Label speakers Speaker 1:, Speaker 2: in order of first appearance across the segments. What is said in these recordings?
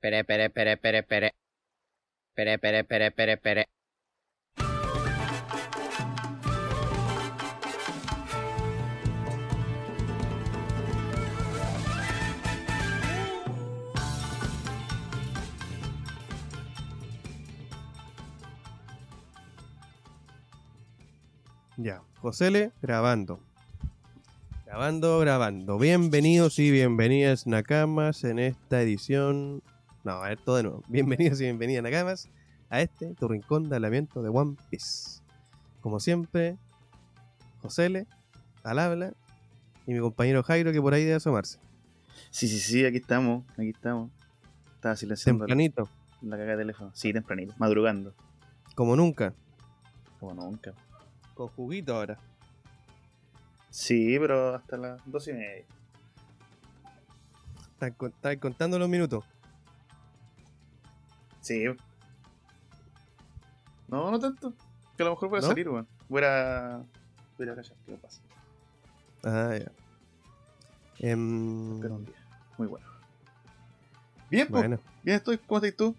Speaker 1: Pere, pere, pere, pere, pere. Pere, pere, pere, pere, pere.
Speaker 2: Ya, Josele, grabando. Grabando, grabando. Bienvenidos y bienvenidas Nakamas en esta edición. No, a ver, todo de nuevo. Bienvenidos y bienvenidas Nakamas a este tu rincón de alamiento de One Piece. Como siempre, Josele, al habla, y mi compañero Jairo que por ahí debe asomarse.
Speaker 3: Sí, sí, sí, aquí estamos, aquí estamos. Estaba silenciando la,
Speaker 2: Tempranito,
Speaker 3: la caga de teléfono. Sí, tempranito, madrugando.
Speaker 2: como nunca.
Speaker 3: Como nunca.
Speaker 2: Con juguito ahora.
Speaker 3: Sí, pero hasta las dos y media.
Speaker 2: Están con- están contando los minutos.
Speaker 3: Sí. No, no tanto. Que a lo mejor voy a
Speaker 2: ¿No?
Speaker 3: salir, weón. Voy a ir a. Voy a ir a callar, ¿qué me pasa?
Speaker 2: Ah, ya. Em,
Speaker 3: Pero un día. Muy bueno. Bien, pues.
Speaker 2: bueno.
Speaker 3: Bien estoy. ¿Cómo estás tú?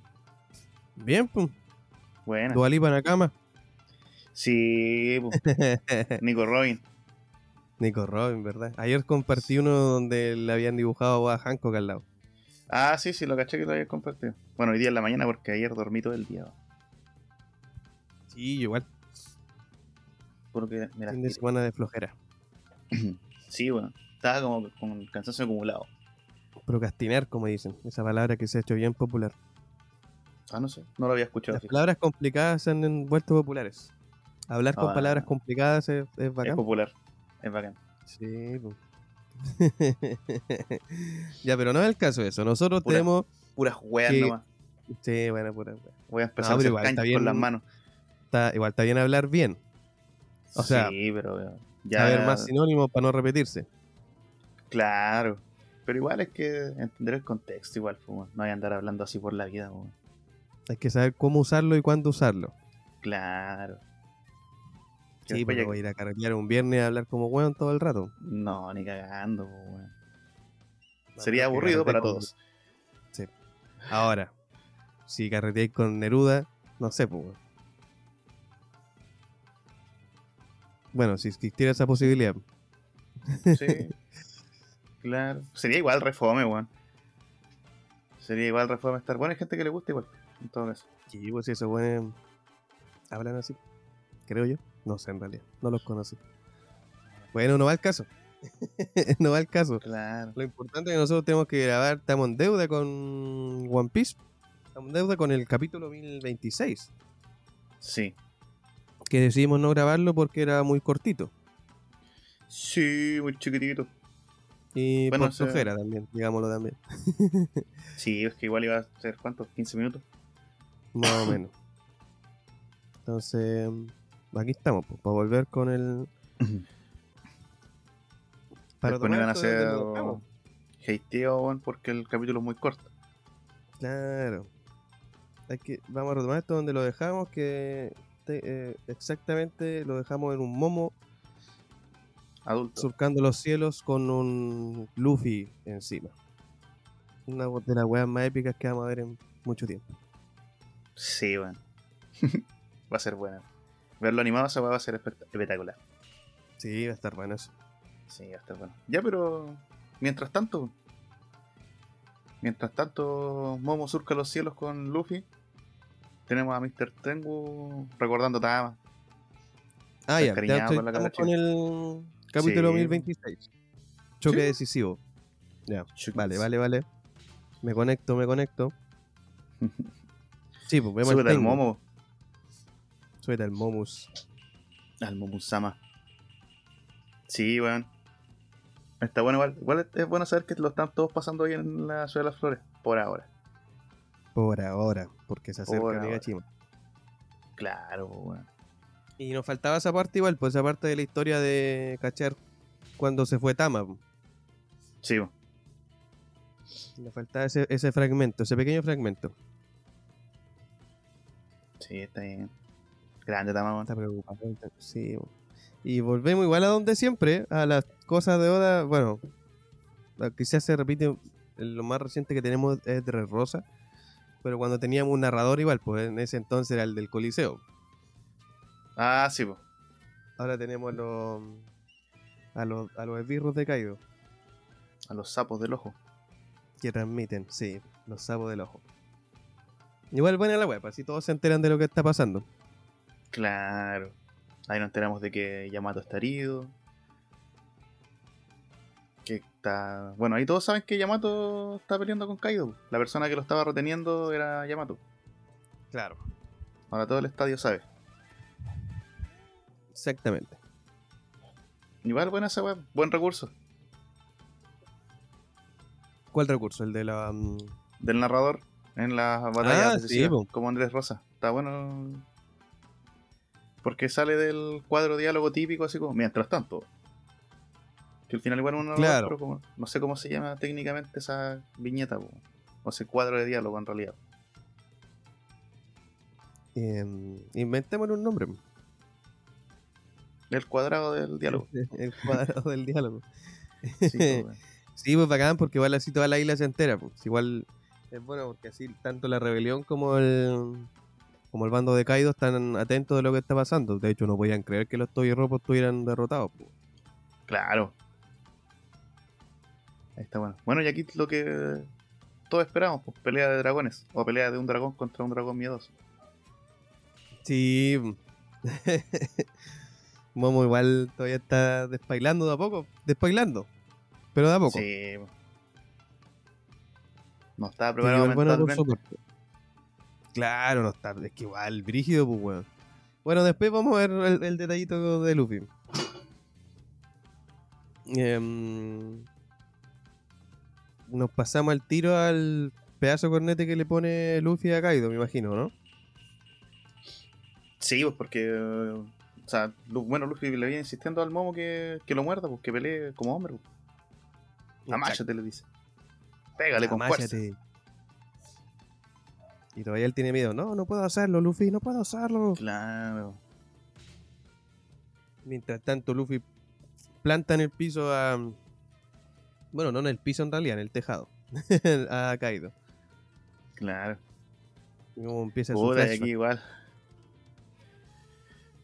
Speaker 2: Bien, pum.
Speaker 3: Bueno.
Speaker 2: Dualipa Nakama.
Speaker 3: Sí, pues. Nico Robin.
Speaker 2: Nico Robin, ¿verdad? Ayer compartí uno donde le habían dibujado a Hancock al lado.
Speaker 3: Ah, sí, sí, lo caché que lo habías compartido. Bueno, hoy día en la mañana porque ayer dormí todo el día. weón.
Speaker 2: Sí, igual.
Speaker 3: Porque me las
Speaker 2: Fin de semana de flojera.
Speaker 3: Sí, weón. Estaba como con cansancio acumulado.
Speaker 2: Procrastinar, como dicen. Esa palabra que se ha hecho bien popular.
Speaker 3: Ah, no sé. No lo había escuchado.
Speaker 2: Las
Speaker 3: fíjate.
Speaker 2: palabras complicadas se han vuelto populares. Hablar con
Speaker 3: Ah.
Speaker 2: palabras complicadas es, es
Speaker 3: Es
Speaker 2: bacán.
Speaker 3: popular. Es bacán.
Speaker 2: sí, po. Ya, pero no es el caso de eso. Nosotros
Speaker 3: Pura-
Speaker 2: tenemos.
Speaker 3: Puras weas
Speaker 2: Que-
Speaker 3: nomás.
Speaker 2: Sí, bueno, pura- pura.
Speaker 3: Voy a
Speaker 2: No,
Speaker 3: empezar
Speaker 2: pero
Speaker 3: a
Speaker 2: igual,
Speaker 3: hacer
Speaker 2: está
Speaker 3: canchas
Speaker 2: bien.
Speaker 3: con las manos.
Speaker 2: Está- igual está bien hablar bien. O sea,
Speaker 3: sí, pero weón, ya.
Speaker 2: A ver, más sinónimos para no repetirse.
Speaker 3: Claro. Pero igual es que entender el contexto, igual, pues, weón. No voy a andar hablando así por la vida, weón.
Speaker 2: Hay que saber cómo usarlo y cuándo usarlo.
Speaker 3: Claro. Que
Speaker 2: Sí,
Speaker 3: después
Speaker 2: pero
Speaker 3: ya-
Speaker 2: voy a ir a carretear un viernes a hablar como weón todo el rato.
Speaker 3: No, ni cagando, pues, weón.
Speaker 2: No,
Speaker 3: Sería
Speaker 2: no, que carretees
Speaker 3: aburrido para
Speaker 2: con-
Speaker 3: todos.
Speaker 2: Ahora, si carreteáis con Neruda, no sé, pues. weón. Bueno, si existiera esa posibilidad.
Speaker 3: Sí. claro. Sería igual refome, weón. Sería igual refome estar. Bueno, hay gente que le gusta igual, en todo caso.
Speaker 2: Sí, pues si esos weones hablan así, creo yo. No sé, en realidad. No los conocí. Bueno, no va al caso. no va al caso.
Speaker 3: Claro.
Speaker 2: Lo importante es que nosotros tenemos que grabar, estamos en deuda con One Piece. Estamos en deuda con el capítulo 1026.
Speaker 3: Sí.
Speaker 2: Que decidimos no grabarlo porque era muy cortito.
Speaker 3: Sí, muy chiquitito.
Speaker 2: Y
Speaker 3: Bueno,
Speaker 2: por
Speaker 3: se-
Speaker 2: flojera también, digámoslo también.
Speaker 3: Sí, es que igual iba a ser, ¿cuántos? ¿15 minutos?
Speaker 2: Más o menos. Entonces, aquí estamos, pues, para volver con el. Para
Speaker 3: Después no
Speaker 2: tomar
Speaker 3: iban a
Speaker 2: esto de
Speaker 3: ser
Speaker 2: donde lo dejamos.
Speaker 3: hateo, weón, porque el capítulo es muy corto.
Speaker 2: Claro. Hay que, vamos a retomar esto donde lo dejamos, que te- eh, exactamente lo dejamos en un momo
Speaker 3: Adulto.
Speaker 2: surcando los cielos con un Luffy encima. Una de las weas más épicas que vamos a ver en mucho tiempo.
Speaker 3: Sí, weón. va a ser bueno. Verlo animado esa weá va a ser espect- espectacular.
Speaker 2: Sí, va a estar bueno eso.
Speaker 3: Sí, va a estar bueno. Ya, pero. Mientras tanto. Mientras tanto, Momo surca los cielos con Luffy. Tenemos a Mr. Tengu recordando Tama.
Speaker 2: Ah, ya, ya
Speaker 3: encariñado
Speaker 2: estoy-
Speaker 3: con la
Speaker 2: estamos con
Speaker 3: Kakashi.
Speaker 2: el capítulo
Speaker 3: Sí.
Speaker 2: 1026. Choque
Speaker 3: Sí.
Speaker 2: decisivo. Ya, vale, vale, vale. Me conecto, me conecto. Sí, pues vemos
Speaker 3: Súbete al
Speaker 2: Tengu.
Speaker 3: Momo.
Speaker 2: Súbete al Momus.
Speaker 3: Al Momusama. Sí, weón. Está bueno igual. Igual es- es bueno saber que lo están todos pasando bien en la ciudad de las flores. Por ahora.
Speaker 2: Por ahora, porque se acerca
Speaker 3: Por ahora.
Speaker 2: Negashima.
Speaker 3: Claro, weón.
Speaker 2: Y nos faltaba esa parte igual, pues esa parte de la historia de cachar cuando se fue Tama. pues. po.
Speaker 3: Sí, weón.
Speaker 2: Nos faltaba ese, ese fragmento, ese pequeño fragmento.
Speaker 3: sí, está bien. Grande Tama, weón.
Speaker 2: Está preocupado. está- Sí. bo. Y volvemos igual a donde siempre, a las cosas de Oda. Bueno, a- quizás se repite eh, lo más reciente que tenemos es de Rosa, pero cuando teníamos un narrador igual, pues en ese entonces era el del Coliseo.
Speaker 3: Ah, sí, po.
Speaker 2: Ahora tenemos a los, a los, a los esbirros de Kaido,
Speaker 3: A los sapos del ojo.
Speaker 2: que transmiten, sí, los sapos del ojo. Igual buena la web, así todos se enteran de lo que está pasando.
Speaker 3: Claro. Ahí nos enteramos de que Yamato está herido. Que está. Bueno, ahí todos saben que Yamato está peleando con Kaido. La persona que lo estaba reteniendo era Yamato.
Speaker 2: Claro.
Speaker 3: Ahora todo el estadio sabe.
Speaker 2: Exactamente.
Speaker 3: Igual buena esa web, buen recurso.
Speaker 2: ¿Cuál recurso? El de la... mm,
Speaker 3: Del narrador en las batallas
Speaker 2: Ah, sí,
Speaker 3: decisivas,
Speaker 2: po.
Speaker 3: como Andrés Rosa. Está bueno. Porque sale del cuadro diálogo típico, así como. Mientras tanto. Que al final igual uno
Speaker 2: Claro.
Speaker 3: pero como- no sé cómo se llama técnicamente esa viñeta, po, o ese cuadro de diálogo en realidad.
Speaker 2: em, inventémosle un nombre. pues.
Speaker 3: El cuadrado del diálogo.
Speaker 2: El cuadrado del diálogo.
Speaker 3: Sí, po, weón.
Speaker 2: Sí, pues bacán, porque igual así toda la isla se entera. Pues. Igual es bueno porque así tanto la rebelión como el como el bando de Kaido están atentos de lo que está pasando. De hecho, no podían creer que los Toyirropos estuvieran derrotados. pues.
Speaker 3: claro. Ahí está bueno. Bueno, y aquí lo que todos esperamos, pues, pelea de dragones. O pelea de un dragón contra un dragón miedoso.
Speaker 2: Sí. Momo igual todavía está despailando de a poco. Despailando. Pero de a poco.
Speaker 3: Sí. po. No estaba
Speaker 2: Pero
Speaker 3: preparado
Speaker 2: igual, bueno, por
Speaker 3: mentalmente.
Speaker 2: soporte. Claro, no está. Es que igual, brígido, pues, weón. Bueno, después vamos a ver el, el detallito de Luffy. Em, nos pasamos al tiro al pedazo de cornete que le pone Luffy a Kaido, me imagino, ¿no?
Speaker 3: Sí, pues porque. eh, o sea, Lu- bueno, Luffy le viene insistiendo al momo que, que lo muerda, pues que pelee como hombre. Pues. Amáchate, le dice. Pégale con fuerza.
Speaker 2: Amáchate. Y todavía él tiene miedo. No, no puedo hacerlo, Luffy, no puedo hacerlo.
Speaker 3: Claro.
Speaker 2: Mientras tanto, Luffy planta en el piso a. mm, Bueno, no en el piso en realidad, en el tejado. a Kaido.
Speaker 3: Claro.
Speaker 2: Y como empieza su
Speaker 3: Puta, y
Speaker 2: flashback.
Speaker 3: aquí igual.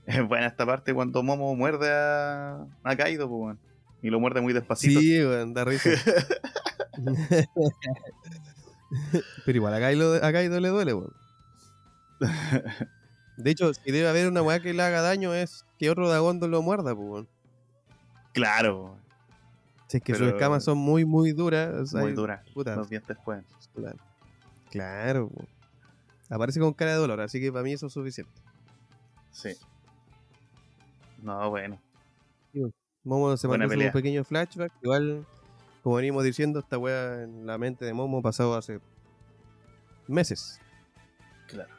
Speaker 3: Es buena esta parte cuando Momo muerde a, a Kaido, pues, weón. Y lo muerde muy despacito.
Speaker 2: Sí, weón, da risa. Pero igual a Kaido, a Kaido le duele, weón. De hecho, si debe haber una weá que le haga daño es que otro dragón lo muerda, pues, weón.
Speaker 3: Claro, weón.
Speaker 2: Si es que sus
Speaker 3: Pero-
Speaker 2: escamas son muy, muy duras. o sea,
Speaker 3: muy dura.
Speaker 2: puta,
Speaker 3: Los dientes pueden.
Speaker 2: Claro. Claro, po. Aparece con cara de dolor, así que para mí eso es suficiente.
Speaker 3: Sí. No, bueno.
Speaker 2: Momo se
Speaker 3: Buena
Speaker 2: mandó
Speaker 3: pelea.
Speaker 2: un pequeño flashback. Igual, como venimos diciendo, esta wea en la mente de Momo pasado hace meses.
Speaker 3: Claro.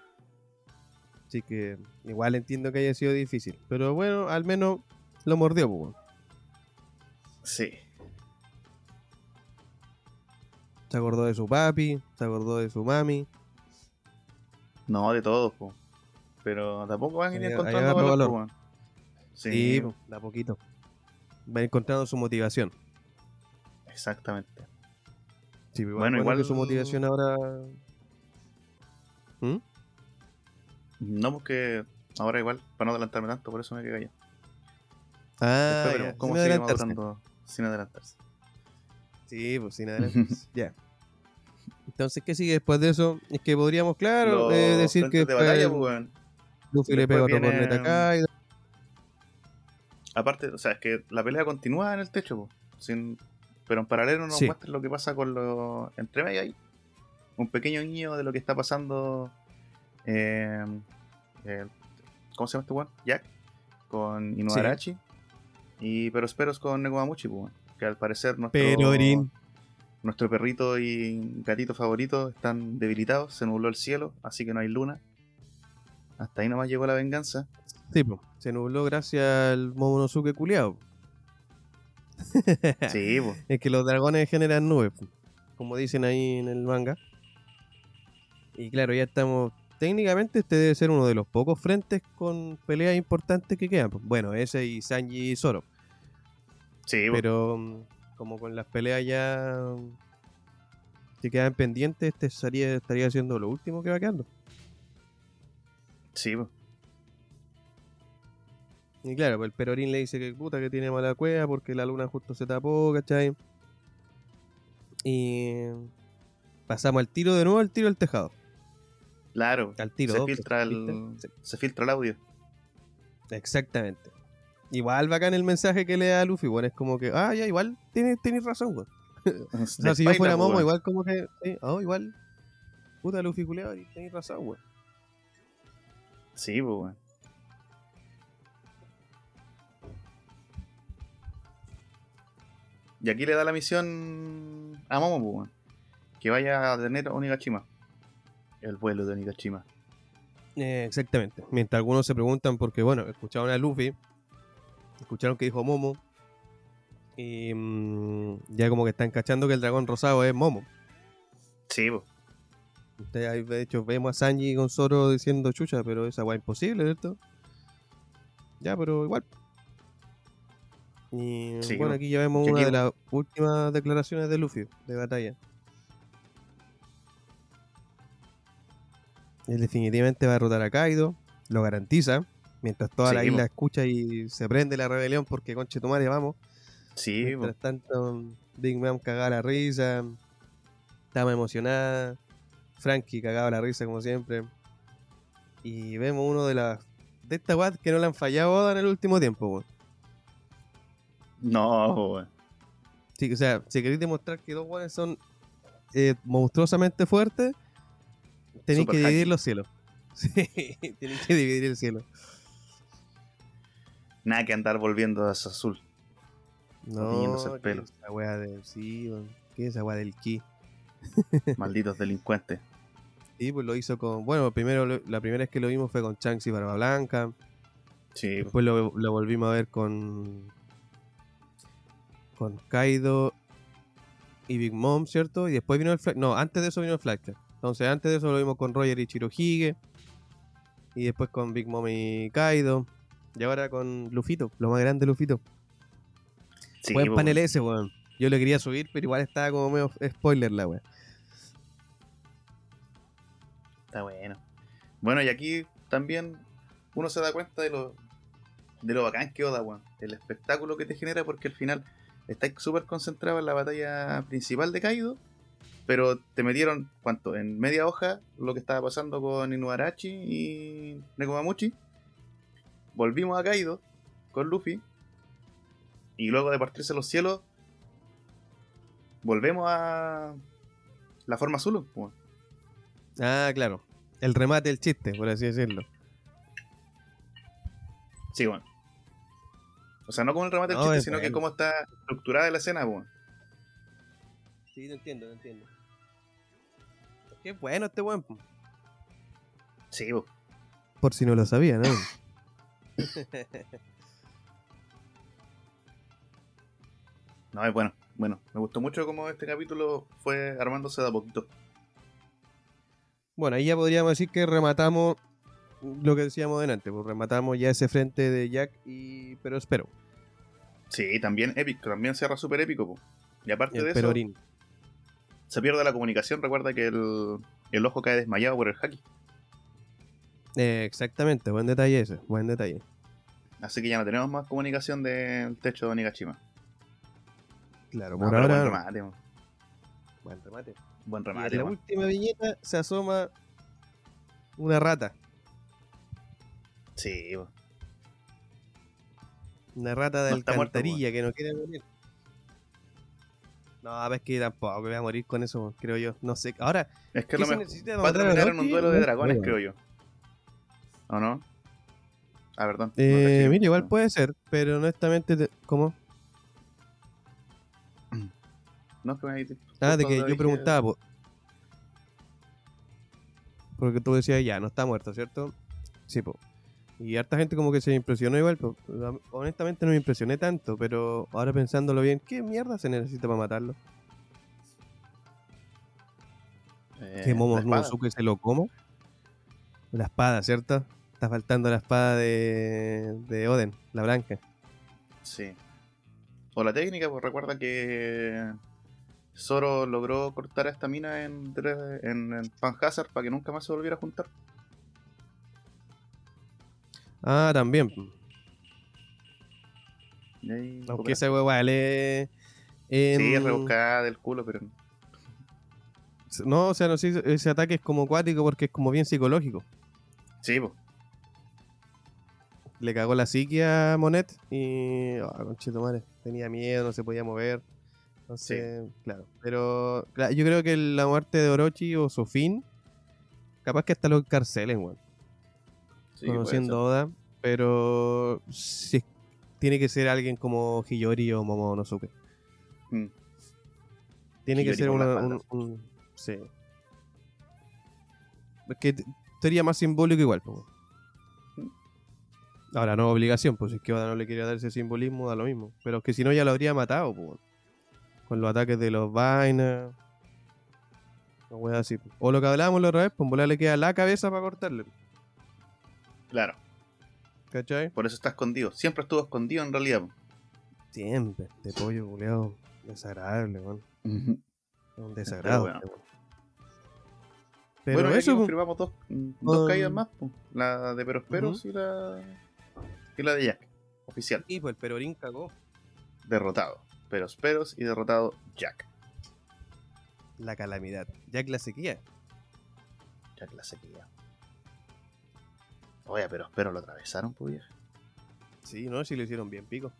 Speaker 2: Así que igual entiendo que haya sido difícil. Pero bueno, al menos lo mordió, po, weón.
Speaker 3: Sí.
Speaker 2: Se acordó de su papi, se acordó de su mami.
Speaker 3: No, de todos, po. Pero tampoco van a ir
Speaker 2: Ahí- ahí
Speaker 3: encontrando
Speaker 2: agarro
Speaker 3: valor, po,
Speaker 2: valor.
Speaker 3: weón.
Speaker 2: Sí,
Speaker 3: Sí,
Speaker 2: po, de a poquito. Va encontrando su motivación.
Speaker 3: exactamente.
Speaker 2: Sí, igual,
Speaker 3: Bueno,
Speaker 2: bueno,
Speaker 3: igual-
Speaker 2: que su motivación ahora. ¿Mm?
Speaker 3: No, porque ahora igual, para no adelantarme tanto, por eso me quedé callado.
Speaker 2: Ah, ya,
Speaker 3: Después veremos cómo
Speaker 2: sin
Speaker 3: sigue
Speaker 2: adelantarse.
Speaker 3: madurando sin adelantarse.
Speaker 2: Sí, pues sin adelantarse. ya. Entonces, ¿qué sigue después de eso? Es que podríamos, claro,
Speaker 3: Los
Speaker 2: eh, decir
Speaker 3: frentes
Speaker 2: que
Speaker 3: de batalla,
Speaker 2: fue-
Speaker 3: po, weón.
Speaker 2: Luffy le pega otro
Speaker 3: después viene-
Speaker 2: corneta a Kaido.
Speaker 3: Aparte, o sea, es que la pelea continúa en el techo, po. Sin... Pero en paralelo nos
Speaker 2: Sí.
Speaker 3: muestran lo que pasa con los. Entre medio ahí. Un pequeño guiño de lo que está pasando. eh, el- ¿Cómo se llama este weón? Jack. Con Inuarachi. Y Perosperos con Nekomamuchi, po, weón. Que al parecer nuestro, nuestro perrito y gatito favorito están debilitados. Se nubló el cielo, así que no hay luna. Hasta ahí nomás llegó la venganza.
Speaker 2: Sí, pues, se nubló gracias al Momonosuke culiao.
Speaker 3: Sí, po.
Speaker 2: Es que los dragones generan nubes, po, como dicen ahí en el manga. Y claro, ya estamos. Técnicamente, este debe ser uno de los pocos frentes con peleas importantes que quedan. po. Bueno, ese y Sanji y Zoro.
Speaker 3: Sí, po.
Speaker 2: Pero mm, como con las peleas ya mm, que quedan pendientes, este estaría, estaría siendo lo último que va quedando.
Speaker 3: Sí, po.
Speaker 2: Y claro, pues el Perorín le dice que puta que tiene mala cueva porque la luna justo se tapó, ¿cachai? Y pasamos al tiro de nuevo, al tiro del tejado.
Speaker 3: claro.
Speaker 2: Al tiro.
Speaker 3: se,
Speaker 2: dos,
Speaker 3: filtra el,
Speaker 2: ¿viste?
Speaker 3: se filtra el audio.
Speaker 2: Sí, exactamente. Igual bacán el mensaje que le da a Luffy, bueno, es como que, ah, ya, igual tienes, tienes razón, weón. O sea, si yo fuera Momo, igual como que, sí, ah, igual, puta Luffy culeado, tenés razón, weón.
Speaker 3: Sí, pues, weón. Y aquí le da la misión a Momo, pues, weón. Que vaya a tener a Onigashima. El vuelo de Onigashima.
Speaker 2: Eh, exactamente. Mientras algunos se preguntan, porque bueno, escucharon a Luffy, escucharon que dijo Momo, y mm, ya como que están cachando que el dragón rosado es Momo.
Speaker 3: Sí, pues.
Speaker 2: Ustedes ahí, de hecho, vemos a Sanji con Zoro diciendo chucha, pero esa weá es imposible, ¿cierto? Ya, pero igual. Y
Speaker 3: Sí,
Speaker 2: bueno,
Speaker 3: bo.
Speaker 2: aquí ya vemos
Speaker 3: Que
Speaker 2: una
Speaker 3: aquí-
Speaker 2: de las últimas declaraciones de Luffy de batalla. Él definitivamente va a derrotar a Kaido, lo garantiza, mientras toda la
Speaker 3: Sí, bo.
Speaker 2: isla escucha y se prende la rebelión porque conche tu madre, vamos.
Speaker 3: Sí, pues.
Speaker 2: Mientras tanto, Big Mom cagaba la risa. Tama emocionada. Frankie cagaba la risa, como siempre. Y vemos uno de las. De esta guad que no le han fallado a Oda en el último tiempo, weón.
Speaker 3: pues. No, po, weón.
Speaker 2: Sí, o sea, si queréis demostrar que dos guanes son eh, monstruosamente fuertes, tenéis
Speaker 3: Super
Speaker 2: que dividir
Speaker 3: hacky.
Speaker 2: los cielos. Sí, tenéis que dividir el cielo.
Speaker 3: Nada que andar volviendo a ese azul. Teñiéndose el
Speaker 2: No,
Speaker 3: pelo.
Speaker 2: que esa weá de. Sí, weón. ¿Qué es esa weá del ki?
Speaker 3: Malditos delincuentes.
Speaker 2: Sí, pues lo hizo con. Bueno, primero lo- la primera vez que lo vimos fue con Shanks y Barba Blanca.
Speaker 3: Sí, pues. po.
Speaker 2: Después lo, lo volvimos a ver con. Con Kaido y Big Mom, ¿cierto? Y después vino el Flash. No, antes de eso vino el Flash. Clan. Entonces, antes de eso lo vimos con Roger y Chirohige. Y después con Big Mom y Kaido. Y ahora con Lufito, lo más grande Lufito.
Speaker 3: Sí,
Speaker 2: Buen
Speaker 3: po,
Speaker 2: panel
Speaker 3: weón.
Speaker 2: ese, weón. Yo lo quería subir, pero igual estaba como medio spoiler la weón.
Speaker 3: Está bueno. Bueno, y aquí también uno se da cuenta de lo, de lo bacán que Oda, weón. El espectáculo que te genera, porque al final estáis súper concentrado en la batalla principal de Kaido, pero te metieron, ¿cuánto? En media hoja lo que estaba pasando con Inuarachi y Nekomamuchi. Volvimos a Kaido con Luffy. Y luego de partirse los cielos, volvemos a la forma Zulu. weón.
Speaker 2: Ah, claro. El remate, el chiste, por así decirlo.
Speaker 3: Sí, bueno. O sea, no como el remate del
Speaker 2: No,
Speaker 3: chiste,
Speaker 2: es
Speaker 3: sino que
Speaker 2: bueno.
Speaker 3: cómo está estructurada la escena, bueno.
Speaker 2: Sí, no entiendo, no entiendo. Qué bueno este weón. po.
Speaker 3: Sí, po.
Speaker 2: Por si no lo sabía, ¿no?
Speaker 3: no, es bueno. Bueno, me gustó mucho cómo este capítulo fue armándose de a poquito.
Speaker 2: Bueno, ahí ya podríamos decir que rematamos lo que decíamos delante, pues rematamos ya ese frente de Jack y pero espero,
Speaker 3: Sí, también épico, también cierra súper épico, po. Y aparte de
Speaker 2: el
Speaker 3: eso,
Speaker 2: Perorín.
Speaker 3: se pierde la comunicación. Recuerda que el, el ojo cae desmayado por el haki.
Speaker 2: Eh, exactamente, buen detalle ese, buen detalle.
Speaker 3: Así que ya no tenemos más comunicación del techo de Onigashima.
Speaker 2: Claro,
Speaker 3: No,
Speaker 2: por
Speaker 3: pero
Speaker 2: ahora.
Speaker 3: Buen
Speaker 2: no.
Speaker 3: remate, po.
Speaker 2: Buen remate. Y en
Speaker 3: Buen remate,
Speaker 2: la
Speaker 3: po.
Speaker 2: última viñeta se asoma una rata,
Speaker 3: Sí, po.
Speaker 2: una rata de
Speaker 3: No está pues, muerta,
Speaker 2: alcantarilla que no quiere morir. No, pero es que tampoco voy a morir con eso, creo yo. No sé. Ahora,
Speaker 3: Es que
Speaker 2: ¿qué
Speaker 3: lo
Speaker 2: se
Speaker 3: mejor.
Speaker 2: necesita
Speaker 3: Va a
Speaker 2: matar a
Speaker 3: terminar en
Speaker 2: Orochi?
Speaker 3: un duelo de
Speaker 2: No,
Speaker 3: dragones,
Speaker 2: bueno.
Speaker 3: creo yo. ¿O no? Ah, perdón. no te
Speaker 2: Eh,
Speaker 3: escribí.
Speaker 2: mira, igual puede ser, pero honestamente, te- ¿cómo?
Speaker 3: No, es que me dijiste-
Speaker 2: Ah, de
Speaker 3: justo
Speaker 2: que
Speaker 3: dije-
Speaker 2: yo preguntaba, po- porque tú decías, ya, no está muerto, ¿cierto? Sí, po. Y harta gente como que se impresionó igual, po. A- honestamente no me impresioné tanto, pero ahora pensándolo bien, ¿qué mierda se necesita para matarlo?
Speaker 3: eh,
Speaker 2: que Momo
Speaker 3: la espada.
Speaker 2: Nobusuke se lo coma. La espada, ¿cierto? Está faltando la espada de, de Oden, la blanca.
Speaker 3: Sí. O la técnica, pues recuerda que Zoro logró cortar a esta mina en, Dre- en, en Panhazard para que nunca más se volviera a juntar.
Speaker 2: Ah, también.
Speaker 3: Mm, Y ahí,
Speaker 2: Aunque esa hueá igual es. em, en-
Speaker 3: Sí, es rebuscada del culo, pero
Speaker 2: No, o sea, no sé, ese ataque es como acuático porque es como bien psicológico.
Speaker 3: pues, sí, po.
Speaker 2: Le cagó la psique a Monet y. Ah, conchetumare, Tenía miedo, no se podía mover. Entonces, claro. Pero cla- yo creo que la muerte de Orochi o su fin, capaz que hasta los encarcelen, weón.
Speaker 3: Sí, puede
Speaker 2: conociendo a Oda, pero sí, tiene que ser alguien como Hiyori o Momonosuke.
Speaker 3: ser. Mm.
Speaker 2: Tiene que
Speaker 3: Hiyori
Speaker 2: ser
Speaker 3: por
Speaker 2: una,
Speaker 3: las
Speaker 2: un,
Speaker 3: patas.
Speaker 2: un- Sí. Es que t- sería más simbólico igual. po, weón. Ahora, no obligación, pues si es que Oda no le quería dar ese simbolismo, da lo mismo. Pero es que si no, ya lo habría matado, po, weón. con los ataques de los vainas. Una wea así. po. O lo que hablábamos la otra vez, pues en volada le queda la cabeza para cortarle.
Speaker 3: Claro,
Speaker 2: ¿Cachai?
Speaker 3: por eso está escondido. Siempre estuvo escondido en realidad. pues. po.
Speaker 2: Siempre, este pollo culeado. Desagradable, weón. Es Un desagrado.
Speaker 3: weón.
Speaker 2: este weón. Pero
Speaker 3: bueno,
Speaker 2: eso,
Speaker 3: eso
Speaker 2: po.
Speaker 3: confirmamos dos, mm, dos
Speaker 2: Con-
Speaker 3: caídas más, po. la de Perosperos y la y la de Jack, oficial,
Speaker 2: Y pues el perorín cagó.
Speaker 3: derrotado. Perosperos y derrotado Jack.
Speaker 2: La calamidad. Jack la sequía.
Speaker 3: Jack la sequía. Oye, pero espero lo atravesaron, pues vieja.
Speaker 2: Sí, no, sí lo hicieron bien, pico.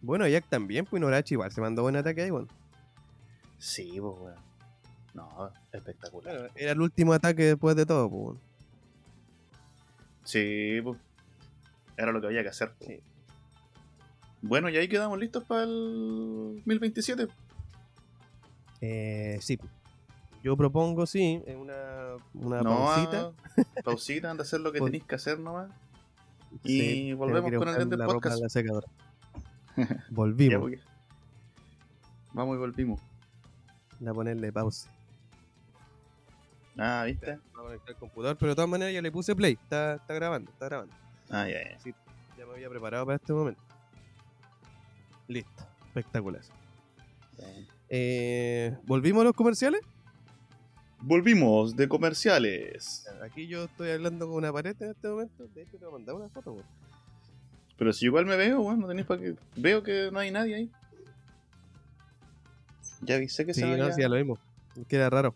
Speaker 2: bueno, Jack también, pues Norachi igual se mandó buen ataque ahí, bueno.
Speaker 3: Sí, pues weón. No, espectacular.
Speaker 2: Claro, era el último ataque después de todo, pues. weón.
Speaker 3: Sí, pues. Era lo que había que hacer. po.
Speaker 2: Sí.
Speaker 3: Bueno, y ahí quedamos listos para el 1027.
Speaker 2: Eh, sí. Yo propongo, sí, eh, una, una pausita.
Speaker 3: ah, pausita, anda a hacer lo que
Speaker 2: Pon-
Speaker 3: tenéis que hacer nomás.
Speaker 2: Sí,
Speaker 3: Y
Speaker 2: tengo
Speaker 3: volvemos
Speaker 2: que ir a
Speaker 3: con el
Speaker 2: buscar
Speaker 3: Dende
Speaker 2: la ropa
Speaker 3: Podcast.
Speaker 2: a la secadora.
Speaker 3: Ya,
Speaker 2: Volvimos.
Speaker 3: pues, ya. Vamos y volvimos.
Speaker 2: a ponerle pausa.
Speaker 3: Ah, ¿viste?
Speaker 2: Va a conectar el computador, pero de todas maneras ya le puse play. Está, está grabando, está grabando.
Speaker 3: Ah, ya, ya.
Speaker 2: Ya me había preparado para este momento. Listo, espectacular. Eh, ¿Volvimos a los comerciales?
Speaker 3: Volvimos de comerciales.
Speaker 2: Aquí yo estoy hablando con una pared en este momento. De hecho, te voy a mandar una foto. weón.
Speaker 3: Pero si igual me veo, weón, no tenéis para que. Veo que no hay nadie ahí. Ya avisé que
Speaker 2: Sí,
Speaker 3: se, me
Speaker 2: no,
Speaker 3: había...
Speaker 2: sí, ya lo mismo. Queda raro.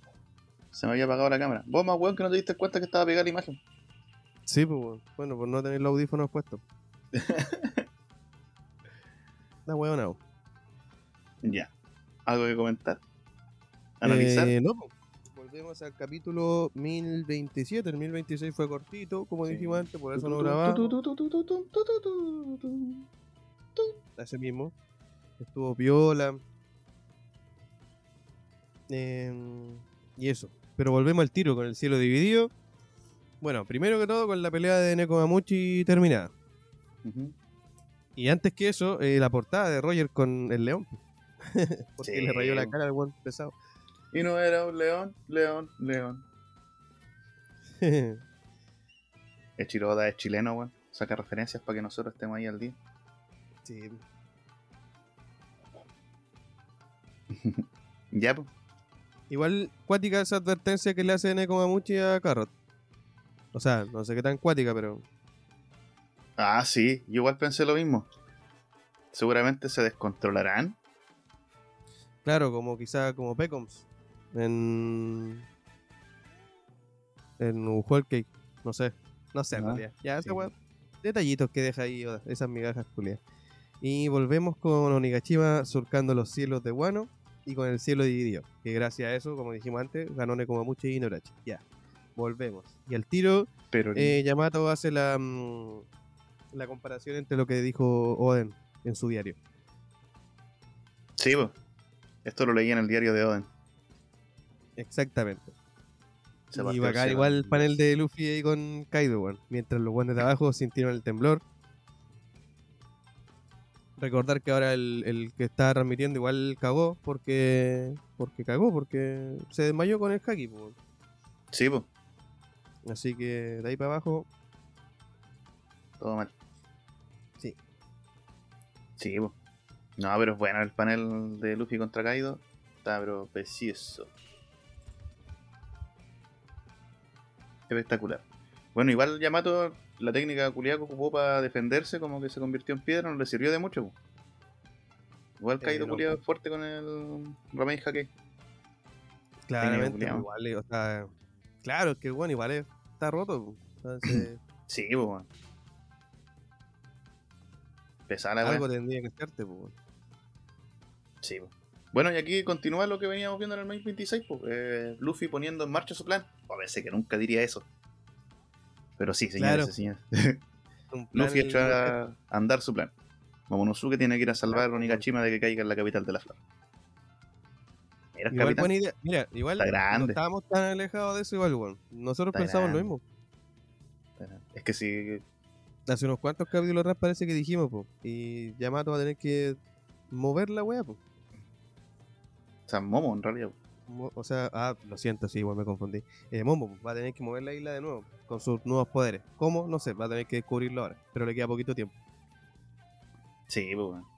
Speaker 3: se me había apagado la cámara. Vos más weón que no te diste cuenta que estaba pegada la imagen.
Speaker 2: Sí, pues weón. bueno, por no tener los audífonos puestos. Una huevona. weón.
Speaker 3: Ya. ¿Algo que comentar? ¿Analizar?
Speaker 2: Eh, no, po. volvemos al capítulo 1027. El 1026 fue cortito, como
Speaker 3: Sí.
Speaker 2: dijimos antes, por eso no
Speaker 3: Tu, tu,
Speaker 2: grabamos.
Speaker 3: tu, tu, tu, tu, tu, tu, tu, tu, tu.
Speaker 2: Ese mismo. Estuvo Viola. Em, y eso. Pero volvemos al tiro con el cielo dividido. Bueno, primero que todo con la pelea de Nekomamuchi terminada.
Speaker 3: Ujú.
Speaker 2: Y antes que eso, eh, la portada de Roger con el león. Porque
Speaker 3: Sí.
Speaker 2: le rayó la cara al buen pesado.
Speaker 3: Y no era un león, león, león. El Chiroda es chileno, weón. Saca referencias para que nosotros estemos ahí al día.
Speaker 2: sí.
Speaker 3: Ya, pues.
Speaker 2: Igual cuática esa advertencia que le hace Nekomamuchi a Carrot. O sea, no sé qué tan cuática, pero
Speaker 3: Ah, sí, yo igual pensé lo mismo. Seguramente se descontrolarán.
Speaker 2: Claro, como quizá como Pecoms en en un whole cake, no sé, no sé, en
Speaker 3: Ah,
Speaker 2: realidad. Ya esa
Speaker 3: sí.
Speaker 2: weá, detallitos que deja ahí Oda, esas migajas culiadas. Y volvemos con Onigashima surcando los cielos de Wano y con el cielo dividido, que gracias a eso, como dijimos antes, ganó Nekomamuchi y Norachi. Ya. Volvemos. Y al tiro
Speaker 3: Pero
Speaker 2: eh, Yamato hace la mm, la comparación entre lo que dijo Oden en su diario.
Speaker 3: sí, po. esto lo leí en el diario de Oden.
Speaker 2: Exactamente.
Speaker 3: Se
Speaker 2: y
Speaker 3: partió
Speaker 2: bacán
Speaker 3: el
Speaker 2: igual el
Speaker 3: cielo.
Speaker 2: panel de Luffy ahí con Kaido, weón. Mientras los guantes de abajo sintieron el temblor. Recordar que ahora el, el que está transmitiendo igual cagó porque. porque cagó, porque se desmayó con el haki, po, weón.
Speaker 3: Sí, po.
Speaker 2: Así que de ahí para abajo.
Speaker 3: todo mal.
Speaker 2: Sí.
Speaker 3: Sí, po. No, pero es bueno el panel de Luffy contra Kaido. Está, pero precioso. Espectacular. Bueno, igual Yamato, la técnica culiada que ocupó para defenderse, como que se convirtió en piedra, no le sirvió de mucho. po. Igual
Speaker 2: Eh,
Speaker 3: Kaido
Speaker 2: no,
Speaker 3: culiado
Speaker 2: po.
Speaker 3: fuerte con el Ramen Hake.
Speaker 2: Claramente,
Speaker 3: culiao.
Speaker 2: igual, eh, o sea, claro, es que el weón igual es- está roto. po. Entonces,
Speaker 3: Sí, pues, weón. Pesada la weá.
Speaker 2: algo tendría que hacerte, po, weón.
Speaker 3: Sí, po. Bueno, y aquí continúa lo que veníamos viendo en el Mail 26, po. Eh, Luffy poniendo en marcha su plan. A veces que nunca diría eso. Pero sí, señores
Speaker 2: Claro.
Speaker 3: y señores.
Speaker 2: Un plan-
Speaker 3: Luffy echó a andar su plan. Momonosuke tiene que ir a salvar a Onigashima de que caiga en la capital de la flor. Mira,
Speaker 2: Igual
Speaker 3: capitán.
Speaker 2: buena idea. Mira, igual
Speaker 3: Está grande.
Speaker 2: no estábamos tan alejados de eso igual, weón. Nosotros
Speaker 3: Está
Speaker 2: pensamos
Speaker 3: grande.
Speaker 2: lo mismo.
Speaker 3: Es que si
Speaker 2: Hace unos cuantos capítulos atrás parece que dijimos, po. Y Yamato va a tener que mover la weá, po.
Speaker 3: San Momo, en realidad.
Speaker 2: Mo- O sea, ah, lo siento, sí, igual me confundí. Eh, Momo po, va a tener que mover la isla de nuevo, con sus nuevos poderes. ¿Cómo? No sé, va a tener que descubrirlo ahora. Pero le queda poquito tiempo.
Speaker 3: Sí, pues bueno.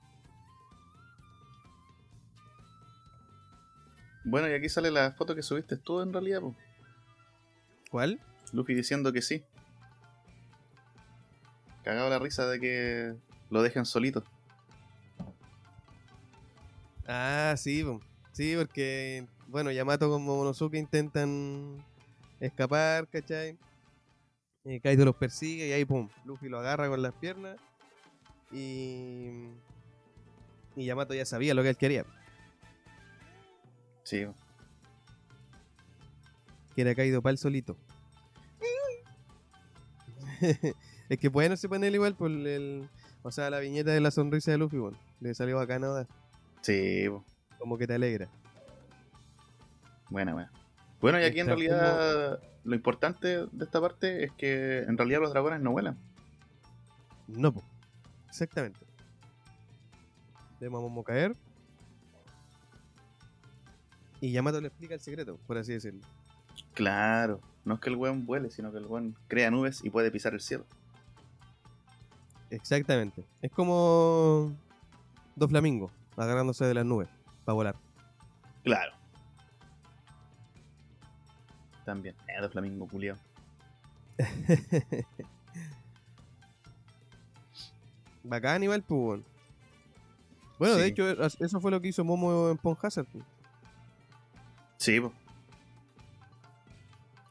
Speaker 3: Bueno, y aquí sale la foto que subiste tú en realidad, pues.
Speaker 2: ¿Cuál?
Speaker 3: Luffy diciendo que sí. Cagado la risa de que lo dejen solito.
Speaker 2: Ah, sí, po. sí, porque, bueno, Yamato con Momonosuke intentan escapar, ¿cachai? Eh, Kaido los persigue y ahí, pum, Luffy lo agarra con las piernas y... Y Yamato ya sabía lo que él quería,
Speaker 3: Sí, pues. po.
Speaker 2: que era Kaido para el solito. es que bueno se pone igual por el... O sea, la viñeta de la sonrisa de Luffy, bueno, le salió bacana, ¿verdad?
Speaker 3: sí, pues. po.
Speaker 2: como que te alegra.
Speaker 3: Buena, buena. Bueno, y aquí en
Speaker 2: Está
Speaker 3: realidad lo importante de esta parte es que en realidad los dragones no vuelan.
Speaker 2: No, po. exactamente. Vemos a Momo caer. Y Yamato le explica el secreto, por así decirlo.
Speaker 3: Claro, no es que el weón vuele, sino que el weón crea nubes y puede pisar el cielo.
Speaker 2: Exactamente. Es como dos flamingos agarrándose de las nubes para volar.
Speaker 3: Claro. También, eh, los flamingo culiao.
Speaker 2: Bacán igual, pues. weón. Bueno, de
Speaker 3: Sí.
Speaker 2: hecho, es- eso fue lo que hizo Momo en Pon Hazard. pues.
Speaker 3: Sí, po.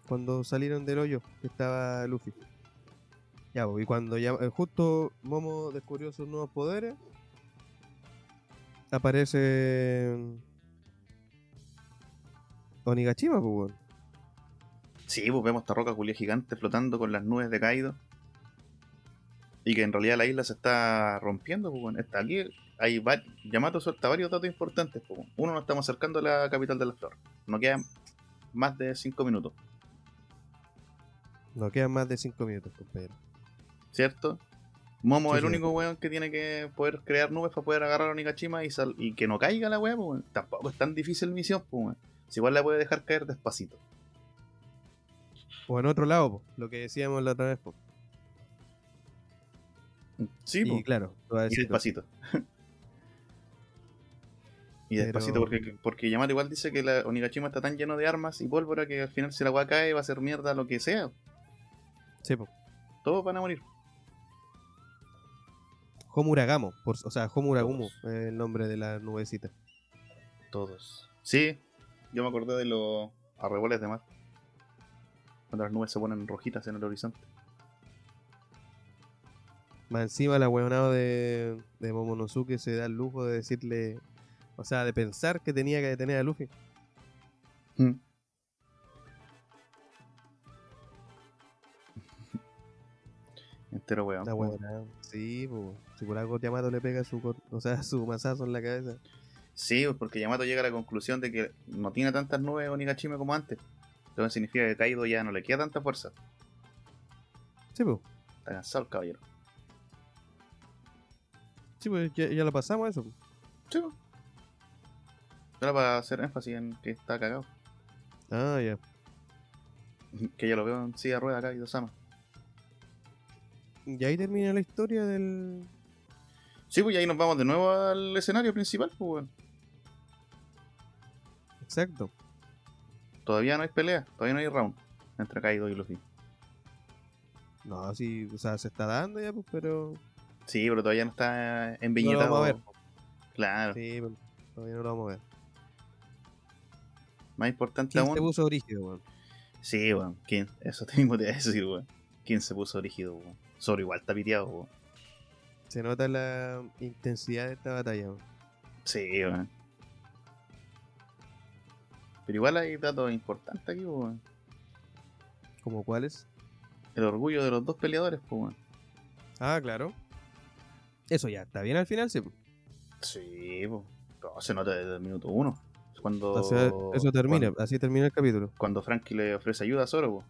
Speaker 2: cuando salieron del hoyo que estaba Luffy. Ya, po, y cuando ya, eh, justo Momo descubrió sus nuevos poderes, aparece mm, Onigashima, pues, weón.
Speaker 3: sí, po, vemos esta roca culia gigante flotando con las nubes de Kaido. Y que en realidad la isla se está rompiendo, po, weón. Está aquí, hay va- Yamato suelta varios datos importantes, po, weón. Uno, nos estamos acercando a la capital de las flores. Nos quedan más de 5 minutos.
Speaker 2: Nos quedan más de 5 minutos, compadre.
Speaker 3: ¿cierto? Momo
Speaker 2: Sí,
Speaker 3: es el
Speaker 2: sí.
Speaker 3: único weón que tiene que poder crear nubes para poder agarrar a Onigashima y, sal- y que no caiga la weá, pues, weón. Tampoco es tan difícil misión, pues, weón. Si igual la puede dejar caer despacito.
Speaker 2: O en otro lado, po, lo que decíamos la otra vez, po.
Speaker 3: Sí,
Speaker 2: y
Speaker 3: pues.
Speaker 2: claro,
Speaker 3: Y
Speaker 2: suavecito.
Speaker 3: despacito. y despacito,
Speaker 2: Pero-
Speaker 3: porque, porque Yamato igual dice que la Onigashima está tan lleno de armas y pólvora que al final si la weá cae va a ser mierda lo que sea.
Speaker 2: Sí, pues. po.
Speaker 3: Todos van a morir.
Speaker 2: Homuragamo, por- o sea, Homuragumo eh, el nombre de la nubecita.
Speaker 3: Todos. Sí, yo me acordé de los arreboles de mar. Cuando las nubes se ponen rojitas en el horizonte.
Speaker 2: Más encima la huevonada de, de Momonosuke se da el lujo de decirle, o sea, de pensar que tenía que detener a Luffy.
Speaker 3: Mm. Entero weón.
Speaker 2: La huevonada. Sí, po. si por algo Yamato le pega su, cor- o sea, su mazazo en la cabeza.
Speaker 3: Sí, pues, porque Yamato llega a la conclusión de que no tiene tantas nubes Onigashima como antes. Entonces significa que Kaido ya no le queda tanta fuerza.
Speaker 2: Sí, pues.
Speaker 3: Está cansado el caballero.
Speaker 2: Sí, pues ya, ya lo pasamos eso. po.
Speaker 3: Sí, pues. Solo para hacer énfasis en que está cagado.
Speaker 2: Ah, ya.
Speaker 3: Que yo lo veo en silla de rueda Kaido Sama.
Speaker 2: Y ahí termina la historia del...
Speaker 3: Sí, pues y ahí nos vamos de nuevo al escenario principal, pues weón.
Speaker 2: Exacto.
Speaker 3: Todavía no hay pelea, todavía no hay round entre Kaido y Luffy.
Speaker 2: No, sí, o sea, se está dando ya, pues, pero.
Speaker 3: Sí, pero todavía no está
Speaker 2: No lo
Speaker 3: embeñetado.
Speaker 2: vamos a ver.
Speaker 3: Claro,
Speaker 2: Sí, pero todavía no lo vamos a ver.
Speaker 3: más importante
Speaker 2: ¿Quién se
Speaker 3: aún.
Speaker 2: puso rígido, weón?
Speaker 3: Sí, weón. ¿Quién? Eso te mismo te iba a decir, weón. ¿Quién se puso rígido, weón? Sobre igual está piteado, weón.
Speaker 2: Se nota la intensidad de esta batalla, weón.
Speaker 3: Sí, weón. Pero igual hay datos importantes aquí, weón.
Speaker 2: ¿Como cuáles?
Speaker 3: El orgullo de los dos peleadores, pues, weón.
Speaker 2: Ah, claro. Eso ya, está bien al final, sí.
Speaker 3: Sí, pues. No, se nota desde el minuto uno. Es Cuando,
Speaker 2: O sea, eso termina,
Speaker 3: Cuando,
Speaker 2: así termina el capítulo.
Speaker 3: cuando Frankie le ofrece ayuda a Zoro, po.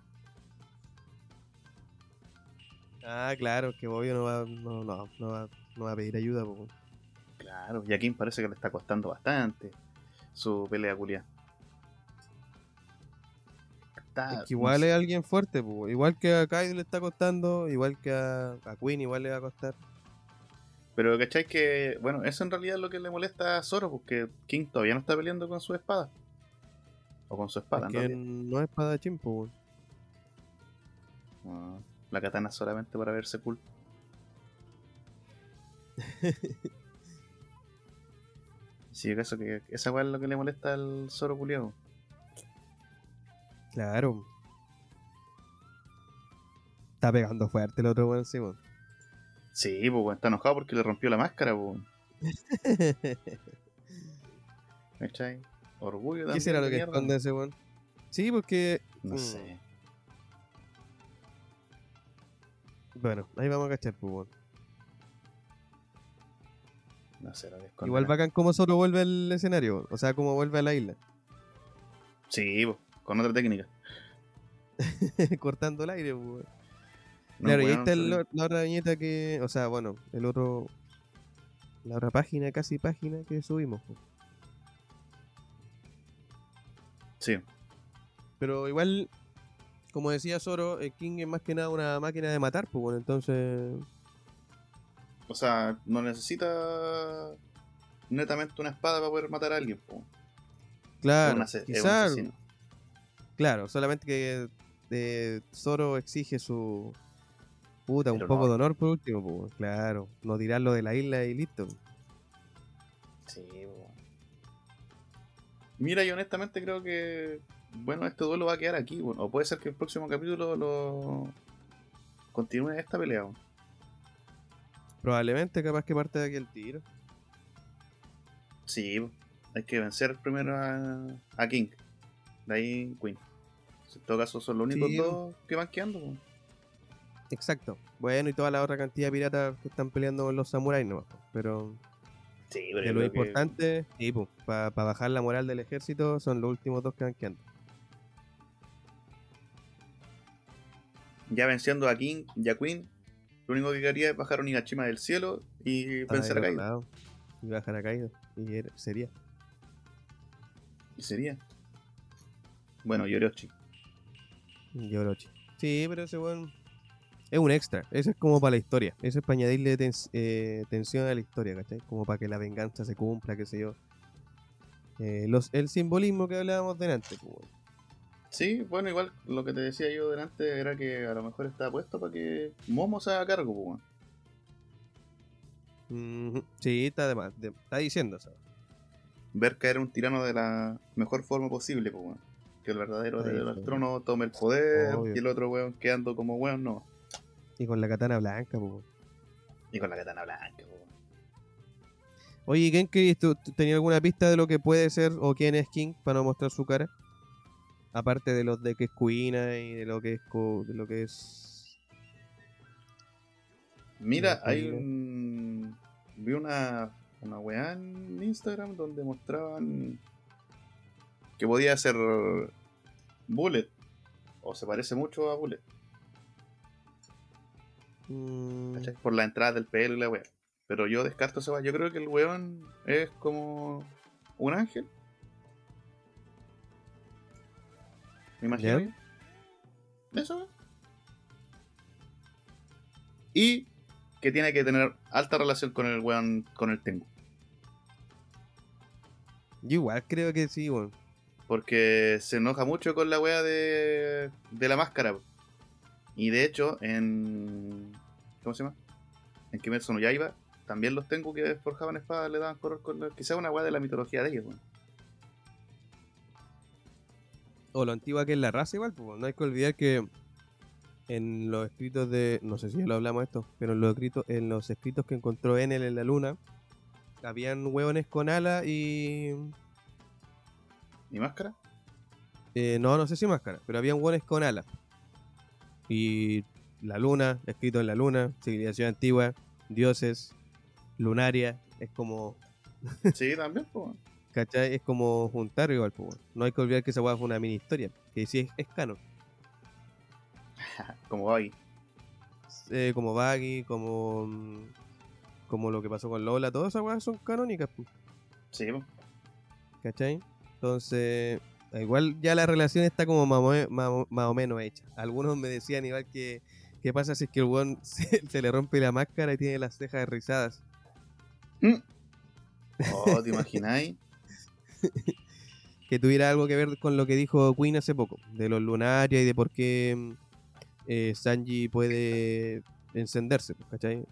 Speaker 2: Ah, claro, que Bobby no va, no, no, no va, no va a pedir ayuda, po, weón.
Speaker 3: Claro, y a Kim parece que le está costando bastante su pelea culia. Ah,
Speaker 2: Es que igual es alguien fuerte, po. igual que a Kaido le está costando, igual que a, a Queen igual le va a costar.
Speaker 3: Pero ¿cachai? Que, bueno, eso en realidad es lo que le molesta a Zoro, porque King todavía no está peleando con su espada. O con su espada, en
Speaker 2: Porque
Speaker 3: realidad.
Speaker 2: no es para chimpo, weón.
Speaker 3: Ah, La katana solamente para verse cool. Sí, caso que esa weá es lo que le molesta al Zoro culiao.
Speaker 2: Claro. Está pegando fuerte el otro weón, sí, weón.
Speaker 3: Sí, pues weón, está enojado porque le rompió la máscara, pues. weón. ¿Cachai? Orgullo también.
Speaker 2: ¿Qué será lo
Speaker 3: de
Speaker 2: que
Speaker 3: mierda.
Speaker 2: esconde ese weón? Sí, porque.
Speaker 3: No
Speaker 2: Mm.
Speaker 3: sé.
Speaker 2: Bueno, ahí vamos a cachar, pues, weón.
Speaker 3: No sé lo que esconde.
Speaker 2: Igual bacán como solo vuelve al escenario, weón. o sea, como vuelve a la isla.
Speaker 3: Sí, pues, con otra técnica.
Speaker 2: Cortando el aire, pues, weón.
Speaker 3: No,
Speaker 2: claro, y ahí
Speaker 3: weón,
Speaker 2: está el
Speaker 3: pero-
Speaker 2: o- la otra viñeta que. O sea, bueno, el otro. La otra página, casi página que subimos. pues. po.
Speaker 3: Sí,
Speaker 2: Pero igual, como decía Zoro, el King es más que nada una máquina de matar, pues bueno, entonces.
Speaker 3: o sea, no necesita netamente una espada para poder matar a alguien, pues.
Speaker 2: Claro,
Speaker 3: un ase- es un
Speaker 2: quizás.
Speaker 3: asesino.
Speaker 2: Claro, solamente que eh, Zoro exige su. Puta,
Speaker 3: El
Speaker 2: un poco
Speaker 3: honor.
Speaker 2: de honor por último, pues bueno, claro. No tirarlo de la isla y listo.
Speaker 3: Sí, po. Mira, yo honestamente creo que. Bueno, este duelo va a quedar aquí, bueno, o puede ser que el próximo capítulo lo. Continúe esta pelea. weón.
Speaker 2: Probablemente capaz que parte de aquí el tiro.
Speaker 3: Sí, po. hay que vencer primero a, a King. De ahí Queen. En todo caso, son los
Speaker 2: Sí,
Speaker 3: únicos
Speaker 2: po.
Speaker 3: dos que van quedando. po.
Speaker 2: Exacto. Bueno, y toda la otra cantidad de piratas que están peleando con los samuráis nomás. po. Pero
Speaker 3: Sí,
Speaker 2: de lo importante, para bajar la moral del ejército, son los últimos dos que van quedando.
Speaker 3: Ya venciendo a King y a Queen, lo único que quedaría es bajar a Onigashima del cielo y
Speaker 2: Están
Speaker 3: vencer
Speaker 2: ahí
Speaker 3: a Kaido.
Speaker 2: acorralados. Y bajar a Kaido. Y era- sería.
Speaker 3: Y sería. Bueno, Yorochi.
Speaker 2: Yorochi. Sí, pero ese weón es un extra. Ese es como para la historia. Ese es para añadirle tens- eh, tensión a la historia, ¿cachai? Como para que la venganza se cumpla, qué sé yo. Eh, los, el simbolismo que hablábamos delante. pues, weón.
Speaker 3: Sí, bueno, igual lo que te decía yo delante era que a lo mejor estaba puesto para que Momo se haga cargo, pues, weón.
Speaker 2: Mhm. Sí, está, de más, de- está diciendo, ¿sabes?
Speaker 3: Ver caer un tirano de la mejor forma posible, pues, weón. Que el verdadero
Speaker 2: Ahí
Speaker 3: heredero
Speaker 2: está.
Speaker 3: del trono tome el poder
Speaker 2: Obvio.
Speaker 3: y el otro weón quedando como weón, no.
Speaker 2: Y con la katana blanca, pues. weón.
Speaker 3: Y con la katana blanca, pues, weón.
Speaker 2: Oye, ¿quién crees tú? ¿Tú tenías alguna pista de lo que puede ser o quién es King para no mostrar su cara? Aparte de los de que es Cuina y de lo que es co- de lo que es
Speaker 3: Mira,
Speaker 2: Ya,
Speaker 3: hay
Speaker 2: pues,
Speaker 3: un. Vi una, una weá en Instagram donde mostraban que podía ser Bullet. O se parece mucho a Bullet.
Speaker 2: mm,
Speaker 3: ¿cachai? Por la entrada del pelo y la weá. Pero yo descarto esa weá. Yo creo que el weón es como un ángel. Me imagino.
Speaker 2: Ya.
Speaker 3: yo. Eso, weón. Y que tiene que tener alta relación con el weón, con el Tengu.
Speaker 2: Yo igual creo que sí, weón.
Speaker 3: Porque se enoja mucho con la wea de, de la máscara. po. Y de hecho, en. ¿Cómo se llama? En Kimetsu no Yaiba, también los Tengu que forjaban espadas le daban color con la. Quizá una wea de la mitología de ellos, weón.
Speaker 2: o lo antigua que es la raza igual, pues, no hay que olvidar que en los escritos de, no sé si ya lo hablamos esto, pero en los escritos, en los escritos que encontró Enel en la luna, habían hueones con alas y
Speaker 3: ¿Y máscara?
Speaker 2: eh, no, no sé si máscara, pero habían hueones con alas. Y la luna, escrito en la luna, civilización antigua, dioses, lunaria, es como,
Speaker 3: Sí, también, pues. weón.
Speaker 2: ¿cachai? Es como juntar igual, pues, weón. no hay que olvidar que esa hueá fue una mini historia, que sí es, es canon.
Speaker 3: Como va ahí.
Speaker 2: eh, como Baggy, como mm, como lo que pasó con Lola, todas esas weas son canónicas, pu,
Speaker 3: Sí, po.
Speaker 2: ¿cachai? Entonces, igual ya la relación está como más o me- más o- más o menos hecha. Algunos me decían igual que qué pasa si es que el weón se, se le rompe la máscara y tiene las cejas rizadas.
Speaker 3: Mm. Oh, ¿te imagináis?
Speaker 2: Que tuviera algo que ver con lo que dijo Queen hace poco, de los lunaria y de por qué mm, eh, Sanji puede encenderse, pu, ¿cachai?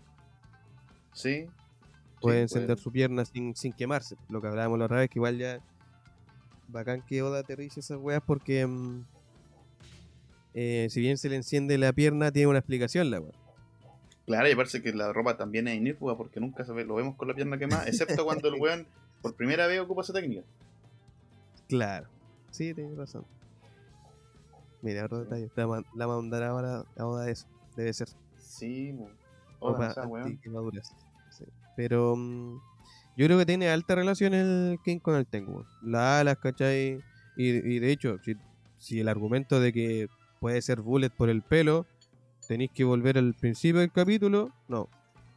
Speaker 3: Sí.
Speaker 2: puede
Speaker 3: Sí, pues.
Speaker 2: encender su pierna sin, sin quemarse. pues, Lo que hablábamos la otra vez, que igual ya. Bacán que Oda aterrice esas weas porque. mm, eh, si bien se le enciende la pierna, tiene una explicación la wea.
Speaker 3: Claro, y parece que la ropa también es inífuga porque nunca se ve- lo vemos con la pierna quemada, excepto cuando el weón por primera vez ocupa esa técnica.
Speaker 2: Claro. Sí, tienes razón. Mira, otro detalle. La man- la mandará ahora a Oda eso. Debe ser.
Speaker 3: Sí, po. Hola,
Speaker 2: ropa
Speaker 3: o sea, weón.
Speaker 2: antiquemaduras. Sí. Pero mm, yo creo que tiene alta relación el King con el Tengu. Las alas, ¿cachai? Y, y de hecho, si, si el argumento de que puede ser Bullet por el pelo, tenéis que volver al principio del capítulo, no,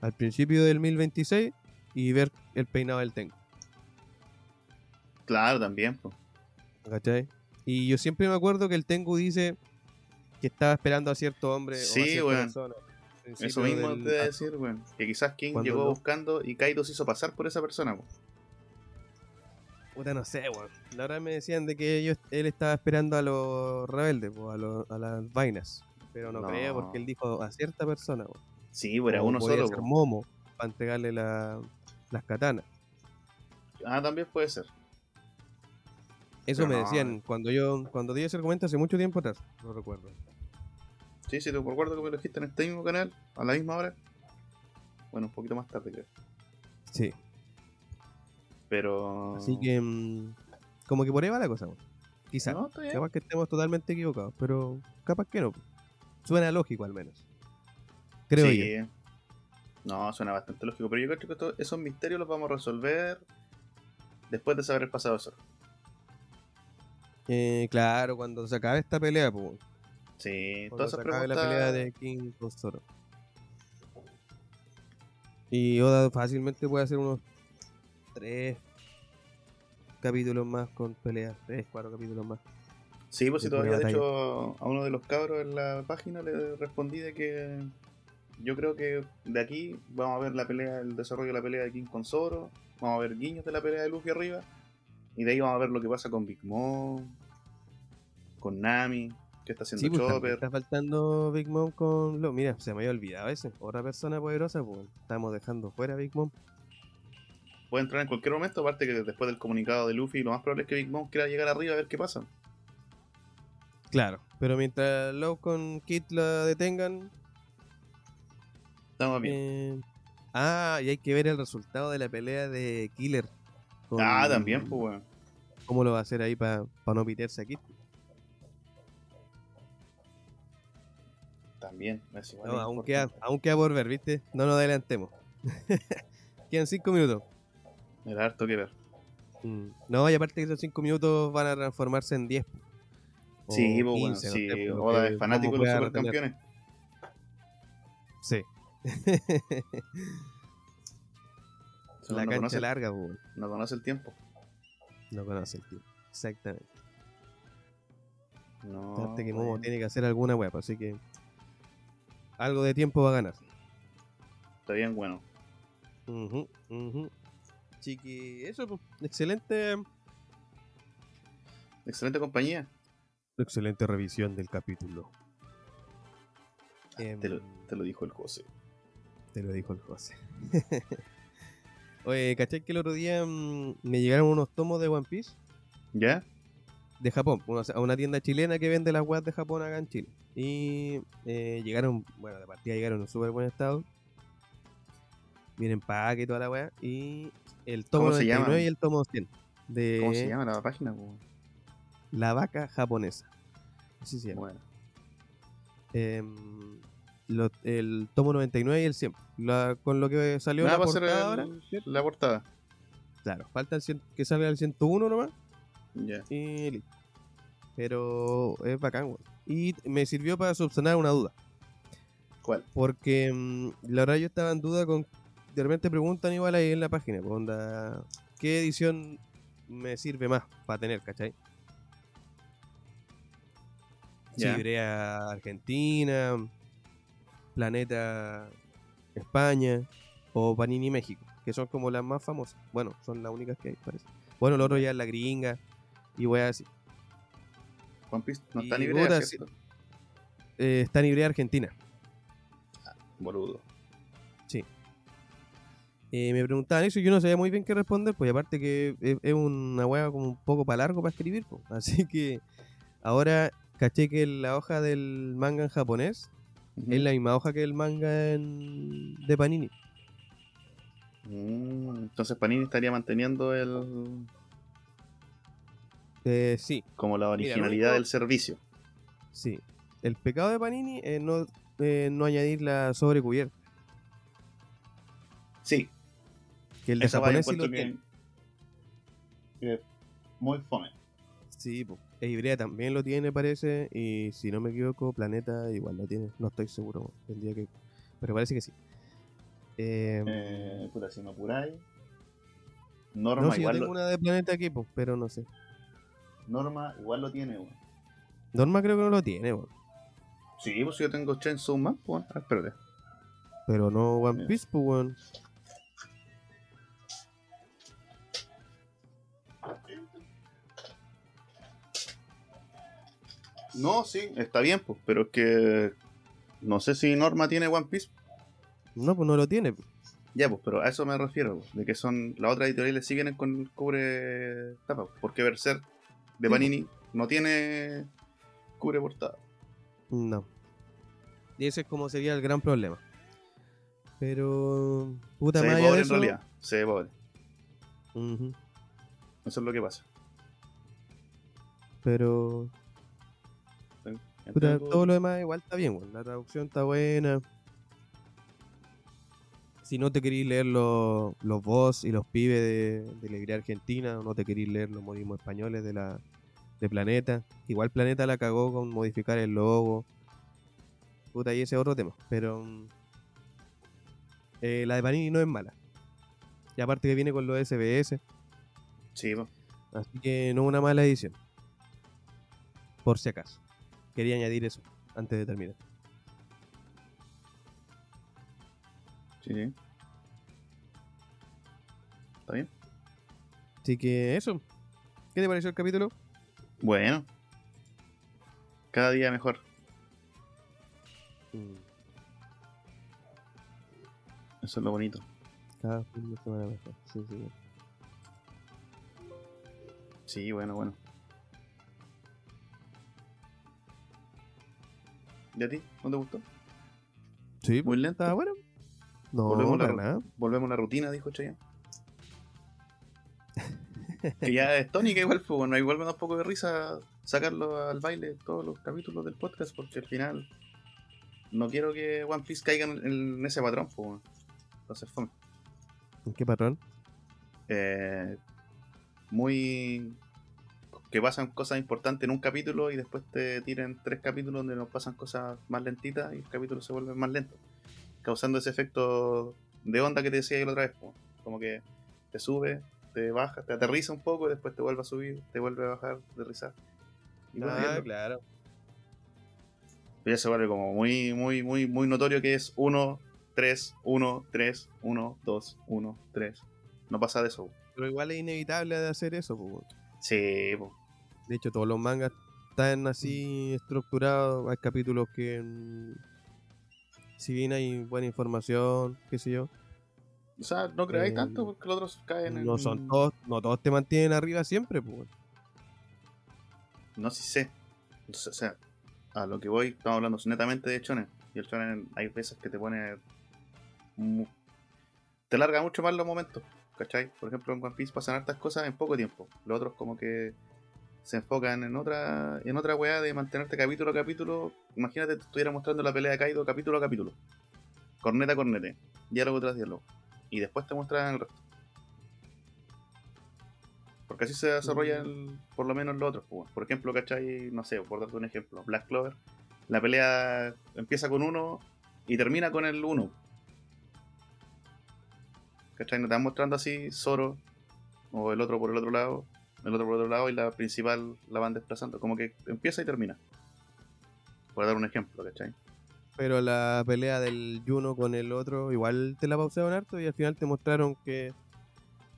Speaker 2: al principio del 1026 y ver el peinado del Tengu,
Speaker 3: Claro, también, po.
Speaker 2: ¿cachai? Y yo siempre me acuerdo que el Tengu dice que estaba esperando a cierto hombre o
Speaker 3: Sí,
Speaker 2: a cierta
Speaker 3: weón.
Speaker 2: persona. al
Speaker 3: Eso
Speaker 2: principio
Speaker 3: mismo
Speaker 2: del
Speaker 3: te voy a
Speaker 2: arco.
Speaker 3: decir, weón. Que quizás King
Speaker 2: Cuando
Speaker 3: llegó
Speaker 2: lo-
Speaker 3: buscando y Kaido se hizo pasar por esa persona, po.
Speaker 2: Puta, no sé, weón. La verdad me decían de que ellos, él estaba esperando a los rebeldes, po, a, los- a las vainas. Pero no,
Speaker 3: No.
Speaker 2: creo, porque él dijo a cierta persona, weón.
Speaker 3: Sí, po, era
Speaker 2: O
Speaker 3: uno
Speaker 2: podía
Speaker 3: solo,
Speaker 2: ser
Speaker 3: po.
Speaker 2: Momo, para entregarle la- las katanas.
Speaker 3: Ah, también puede ser.
Speaker 2: Eso
Speaker 3: Pero
Speaker 2: me
Speaker 3: no, eh.
Speaker 2: decían cuando yo cuando di ese argumento hace mucho tiempo atrás. No recuerdo.
Speaker 3: Sí, sí, te recuerdo que me lo dijiste en este mismo canal, a la misma hora. Bueno, un poquito más tarde, creo.
Speaker 2: Sí.
Speaker 3: Pero.
Speaker 2: Así que, mm, como que por ahí va la cosa, weón. Quizás.
Speaker 3: No, eh. está bien.
Speaker 2: Capaz que estemos totalmente equivocados, pero capaz que no. Suena lógico al menos. Creo yo.
Speaker 3: sí. No, suena bastante lógico, pero yo creo que esto- esos misterios los vamos a resolver después de saber el pasado de Zoro.
Speaker 2: Eh, claro, cuando se acabe esta pelea, pues.
Speaker 3: Sí,
Speaker 2: Cuando
Speaker 3: todas
Speaker 2: se
Speaker 3: esas
Speaker 2: acabe
Speaker 3: preguntas.
Speaker 2: la pelea de King con Zoro. Y Oda fácilmente puede hacer unos tres capítulos más con peleas, tres, cuatro capítulos más.
Speaker 3: Sí, pues si
Speaker 2: de pura
Speaker 3: todavía, de
Speaker 2: batalla.
Speaker 3: hecho, a uno de los cabros en la página le respondí de que yo creo que de aquí vamos a ver la pelea, el desarrollo de la pelea de King con Zoro, vamos a ver guiños de la pelea de Luffy arriba, y de ahí vamos a ver lo que pasa con Big Mom, con Nami, que está haciendo
Speaker 2: Sí, pues, también
Speaker 3: Chopper.
Speaker 2: está faltando Big Mom con lo. Mira, se me había olvidado ese. Otra persona poderosa, pues estamos dejando fuera a Big Mom.
Speaker 3: Puede entrar en cualquier momento, aparte que después del comunicado de Luffy, lo más probable es que Big Mom quiera llegar arriba a ver qué pasa.
Speaker 2: Claro. Pero mientras Love con Kit la detengan.
Speaker 3: Estamos bien.
Speaker 2: eh, Ah, y hay que ver el resultado de la pelea de Killer. con-
Speaker 3: Ah, también, pues, weón.
Speaker 2: ¿Cómo lo va a hacer ahí para no pitearse aquí?
Speaker 3: También, es igual.
Speaker 2: No,
Speaker 3: es
Speaker 2: aún, queda,
Speaker 3: importante.
Speaker 2: aún queda por ver, ¿viste? No nos adelantemos. Quedan cinco minutos.
Speaker 3: Era harto que ver.
Speaker 2: Mm. No, y aparte que esos cinco minutos van a transformarse en 10. O
Speaker 3: sí, pues, weón.
Speaker 2: 15, no sé,
Speaker 3: Sí,
Speaker 2: pues, lo
Speaker 3: Oda
Speaker 2: que-
Speaker 3: es fanático de
Speaker 2: cómo
Speaker 3: los
Speaker 2: pueda
Speaker 3: supercampeones.
Speaker 2: retener. Sí.
Speaker 3: Se
Speaker 2: la
Speaker 3: no
Speaker 2: cancha
Speaker 3: conoce,
Speaker 2: larga, pues, bueno.
Speaker 3: No conoce el tiempo.
Speaker 2: No conoce el tío. Exactamente.
Speaker 3: No. pues,
Speaker 2: Aparte que
Speaker 3: bueno.
Speaker 2: pues, Momo tiene que hacer alguna web, así que algo de tiempo va a ganar.
Speaker 3: Está bien bueno.
Speaker 2: Ujú, ujú. Chiqui, eso, pues, excelente,
Speaker 3: Excelente compañía.
Speaker 2: excelente revisión del capítulo. Em,
Speaker 3: Ah, Te lo, te lo dijo el José.
Speaker 2: Te lo dijo el José. Oye, ¿cachai que el otro día mm, me llegaron unos tomos de One Piece?
Speaker 3: ¿Ya?
Speaker 2: De Japón, una- a una tienda chilena que vende las weas de Japón acá en Chile. Y eh, llegaron, bueno, de partida llegaron en súper buen estado. Vienen pack y toda la wea. Y el tomo
Speaker 3: ¿Cómo se
Speaker 2: 99
Speaker 3: llaman?
Speaker 2: y el tomo 100. De
Speaker 3: ¿Cómo se llama la página? pues? po?
Speaker 2: La vaca japonesa. Así se llama.
Speaker 3: Bueno,
Speaker 2: Em, lo- el tomo 99 y el 100. La- con lo que salió
Speaker 3: nada
Speaker 2: la
Speaker 3: va a ser
Speaker 2: portada ahora.
Speaker 3: el- la portada.
Speaker 2: Claro, falta el 100 que salga el 101 nomás
Speaker 3: Ya.
Speaker 2: y listo. Pero es bacán, weón. Y me sirvió para subsanar una duda.
Speaker 3: ¿Cuál?
Speaker 2: Porque mm, la verdad yo estaba en duda con... De repente preguntan igual ahí en la página, pues, onda, ¿qué edición me sirve más para tener, cachai?
Speaker 3: Ya.
Speaker 2: Si iré a Argentina, Planeta España o Panini México, que son como las más famosas. Bueno, son las únicas que hay, parece. Bueno, el otro ya es la gringa y voy así.
Speaker 3: One Piece no
Speaker 2: Y
Speaker 3: está libre,
Speaker 2: puta,
Speaker 3: ¿cierto?
Speaker 2: Eh, está en Ibrea Argentina.
Speaker 3: Boludo.
Speaker 2: Eh, me preguntaban eso y yo no sabía muy bien qué responder, pues y aparte que es, es una hueá como un poco para largo para escribir, pues. así que ahora caché que la hoja del manga en japonés
Speaker 3: Ujú.
Speaker 2: es la misma hoja que el manga en- de Panini.
Speaker 3: Mm, entonces Panini estaría manteniendo el
Speaker 2: Eh, sí,
Speaker 3: como la
Speaker 2: Mira,
Speaker 3: originalidad
Speaker 2: lo único-
Speaker 3: del servicio.
Speaker 2: sí. El pecado de Panini es no, eh, no añadir la sobrecubierta,
Speaker 3: Sí,
Speaker 2: que el de
Speaker 3: esa va, yo
Speaker 2: japonés sí lo
Speaker 3: encuentro
Speaker 2: tiene.
Speaker 3: pues, que, que muy fome.
Speaker 2: Sí, pues. E Ibrea también lo tiene, parece. Y si no me equivoco, Planeta igual lo tiene. No estoy seguro. weón. Tendría que. Pero parece que sí. Eh,
Speaker 3: Eh, puta, si me apuráis. Norma,
Speaker 2: no, si yo
Speaker 3: igual
Speaker 2: tengo
Speaker 3: lo,
Speaker 2: una de Planeta aquí, pues, pero no sé.
Speaker 3: Norma igual lo tiene, weón.
Speaker 2: Norma creo que no lo tiene, weón.
Speaker 3: Sí, pues yo tengo Chainsaw Man, weón. Ah, espérate.
Speaker 2: Pero no One
Speaker 3: Ya.
Speaker 2: Piece, pues, weón.
Speaker 3: No, sí, está bien, pues, pero es que no sé si Norma tiene One Piece.
Speaker 2: No, pues no lo tiene. pues.
Speaker 3: Ya, pues, pero a eso me refiero, pues, de que son las otras editoriales sí vienen con cubre tapa, pues, porque Berserk de
Speaker 2: Sí,
Speaker 3: Panini no tiene cubre portada.
Speaker 2: No. Y ese es como sería el gran problema. Pero. Puta
Speaker 3: Se ve
Speaker 2: madre.
Speaker 3: pobre en realidad, se ve pobre. Eso es lo que pasa.
Speaker 2: Pero. Puta,
Speaker 3: Entiendo-
Speaker 2: todo lo demás igual está bien, weón. La traducción está buena. Si no te querís leer los, los boss y los pibes de, de la Ibrea Argentina, o no te querís leer los modismos españoles de la de Planeta. Igual Planeta la cagó con modificar el logo. Puta, y ese es otro tema. Pero mm, eh, la de Panini no es mala. Y aparte que viene con los SBS,
Speaker 3: Sí, pues.
Speaker 2: así que no es una mala edición. Por si acaso. Quería añadir eso antes de terminar.
Speaker 3: Sí, sí. ¿Está bien?
Speaker 2: Así que eso. ¿Qué te pareció el capítulo?
Speaker 3: Bueno. Cada día mejor.
Speaker 2: Mm.
Speaker 3: Eso es lo bonito.
Speaker 2: Cada fin de semana mejor. Sí, sí.
Speaker 3: Sí, bueno, bueno. ¿Y a ti? ¿No te gustó?
Speaker 2: Sí,
Speaker 3: Muy lento.
Speaker 2: estaba bueno. No,
Speaker 3: Volvemos a la
Speaker 2: para
Speaker 3: ru-
Speaker 2: nada.
Speaker 3: Volvemos a la rutina, dijo Chayanne. que ya es tónica igual, pues bueno, igual me da un poco de risa sacarlo al baile todos los capítulos del podcast, porque al final no quiero que One Piece caiga en, en ese patrón, pues bueno. Entonces, fome.
Speaker 2: ¿En qué patrón?
Speaker 3: Eh, muy... que pasan cosas importantes en un capítulo y después te tiran tres capítulos donde nos pasan cosas más lentitas y el capítulo se vuelve más lento, causando ese efecto de onda que te decía yo la otra vez, po. como que te sube, te baja, te aterriza un poco y después te vuelve a subir, te vuelve a bajar, aterrizar. Ah, Y bueno, ya lo-
Speaker 2: claro.
Speaker 3: ya se vuelve como muy, muy, muy, muy notorio que es uno 3, 1, 3, 1, 2, 1, 3. No pasa de eso. po.
Speaker 2: Pero igual es inevitable de hacer eso. po, weón.
Speaker 3: Sí, po.
Speaker 2: De hecho, todos los mangas están así estructurados. Hay capítulos que. mm, Si bien hay buena información, qué sé yo,
Speaker 3: O sea, no creáis
Speaker 2: Eh,
Speaker 3: tanto porque los otros caen en.
Speaker 2: no son todos, no todos te mantienen arriba siempre, pues. weón.
Speaker 3: No sí sé. Entonces, o sea, a lo que voy, estamos hablando netamente de chones. Y el chonen hay veces que te pone. mu- Te larga mucho más los momentos. ¿Cachai? Por ejemplo, en One Piece pasan hartas cosas en poco tiempo. Los otros como que se enfocan en otra. en otra weá de mantenerte capítulo a capítulo. Imagínate te estuviera mostrando la pelea de Kaido capítulo a capítulo. Corneta a cornete. Diálogo tras diálogo. Y después te muestran el resto. Porque así se
Speaker 2: Mm.
Speaker 3: desarrolla el- por lo menos los otros. pues, bueno. Por ejemplo, ¿cachai? No sé, por darte un ejemplo, Black Clover. La pelea empieza con uno y termina con el uno. ¿Cachai? Nos están mostrando así Zoro o el otro por el otro lado, el otro por el otro lado y la principal la van desplazando. Como que empieza y termina. Por dar un ejemplo, ¿cachai?
Speaker 2: Pero la pelea del Juno con el otro, igual te la pausaron harto y al final te mostraron que.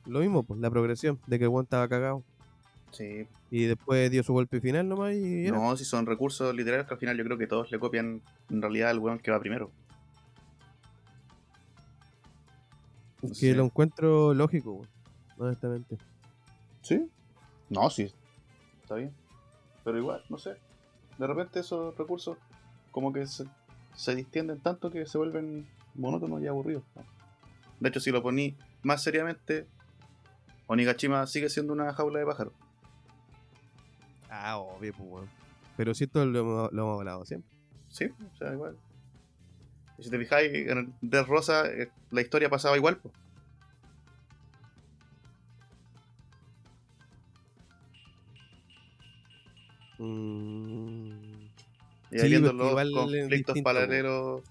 Speaker 2: Lo mismo, pues, la progresión de que Juan estaba cagado.
Speaker 3: Sí.
Speaker 2: Y después dio su golpe final nomás y era.
Speaker 3: No, si son recursos literarios que al final yo creo que todos le copian en realidad al weón que va primero.
Speaker 2: que
Speaker 3: sí.
Speaker 2: lo encuentro lógico, weón, honestamente.
Speaker 3: ¿Sí? No, sí. Está bien. Pero igual, no sé. De repente esos recursos como que se, se distienden tanto que se vuelven monótonos y aburridos. ¿no? De hecho, si lo poní más seriamente, Onigashima sigue siendo una jaula de pájaros.
Speaker 2: Ah, obvio, pues, weón. Pero si esto lo, hemos- lo hemos hablado siempre.
Speaker 3: Sí, o sea, igual. Y si te fijáis, en el Death Rosa eh, la historia pasaba igual. po.
Speaker 2: Mm,
Speaker 3: Y
Speaker 2: Sí,
Speaker 3: ahí viendo
Speaker 2: porque
Speaker 3: los
Speaker 2: igual es
Speaker 3: conflictos
Speaker 2: distinto, po.
Speaker 3: paralelos.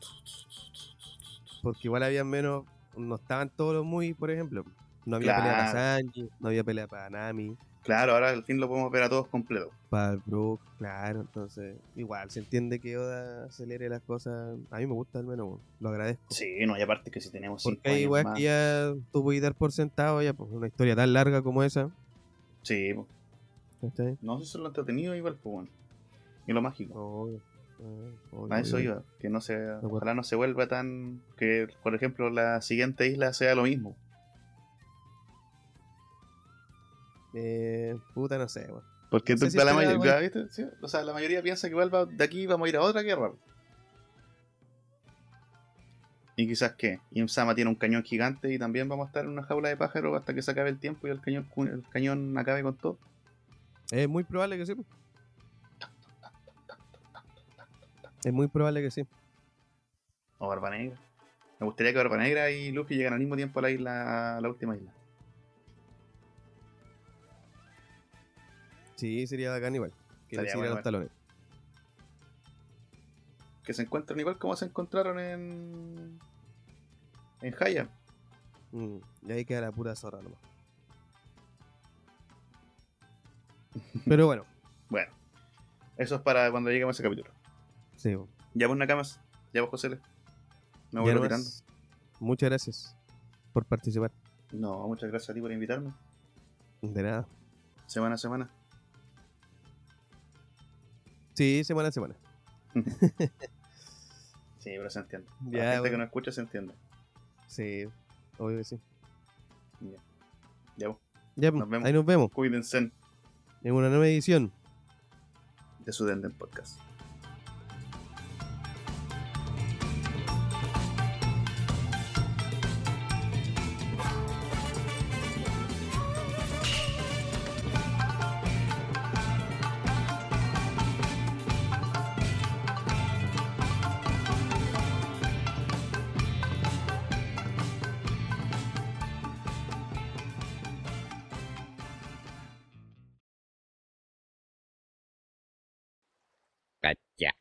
Speaker 2: porque igual había menos. No estaban todos los muy, por ejemplo. No había pelea para Sanji, no había pelea para Nami,
Speaker 3: Claro, ahora al fin lo podemos ver a todos completos.
Speaker 2: para Brook, claro. Entonces, igual se entiende que Oda acelere las cosas. A mí me gusta al menos, weón, lo agradezco.
Speaker 3: Sí, no, y aparte que si tenemos cinco
Speaker 2: Porque hay
Speaker 3: años
Speaker 2: weas
Speaker 3: más-
Speaker 2: que ya tú puedes dar por sentado, ya, pues una historia tan larga como esa.
Speaker 3: Sí, po.
Speaker 2: ¿Cachai?
Speaker 3: No, eso es lo entretenido igual, pues bueno. Y lo mágico.
Speaker 2: Obvio, ah, obvio,
Speaker 3: a eso
Speaker 2: obvio.
Speaker 3: iba. Que no se.
Speaker 2: acuerdo.
Speaker 3: Ojalá no se vuelva tan. Que, por ejemplo, la siguiente isla sea lo mismo.
Speaker 2: Eh, puta, no sé, weón.
Speaker 3: Porque
Speaker 2: No sé
Speaker 3: tú-
Speaker 2: si
Speaker 3: la,
Speaker 2: será
Speaker 3: may-
Speaker 2: algo
Speaker 3: claro, ¿viste? Sí, O sea, la mayoría piensa que igual va- de aquí vamos a ir a otra guerra. Y quizás que Imsama tiene un cañón gigante y también vamos a estar en una jaula de pájaros hasta que se acabe el tiempo y el cañón, cu- el cañón acabe con todo.
Speaker 2: Es muy probable que sí. pues. po. Es muy probable que sí.
Speaker 3: O Barba Negra. Me gustaría que Barba Negra y Luffy llegaran al mismo tiempo a la isla, a la última isla.
Speaker 2: Sí, sería bacán igual. Que le
Speaker 3: Estaría
Speaker 2: siguiera
Speaker 3: bueno,
Speaker 2: los talones.
Speaker 3: que se encuentran igual como se encontraron en. en Haya.
Speaker 2: Mm, y ahí queda la pura zorra nomás. Pero bueno,
Speaker 3: Bueno, eso es para cuando lleguemos a ese capítulo.
Speaker 2: sí. po.
Speaker 3: Ya vos Nakamas, ya vos José. Me
Speaker 2: Ya pues.
Speaker 3: voy
Speaker 2: nomás.
Speaker 3: retirando.
Speaker 2: Muchas gracias por participar.
Speaker 3: No, muchas gracias a ti por invitarme.
Speaker 2: De nada.
Speaker 3: Semana a semana.
Speaker 2: Sí, semana a semana.
Speaker 3: Sí, pero se entiende.
Speaker 2: Ya,
Speaker 3: la gente
Speaker 2: bueno.
Speaker 3: que no escucha se entiende.
Speaker 2: Sí, obvio que sí.
Speaker 3: Ya vos.
Speaker 2: Ya,
Speaker 3: Nos
Speaker 2: po,
Speaker 3: vemos.
Speaker 2: ahí nos vemos
Speaker 3: Cuídense
Speaker 2: en una nueva edición.
Speaker 3: de su Denden Podcast.
Speaker 1: Cacha.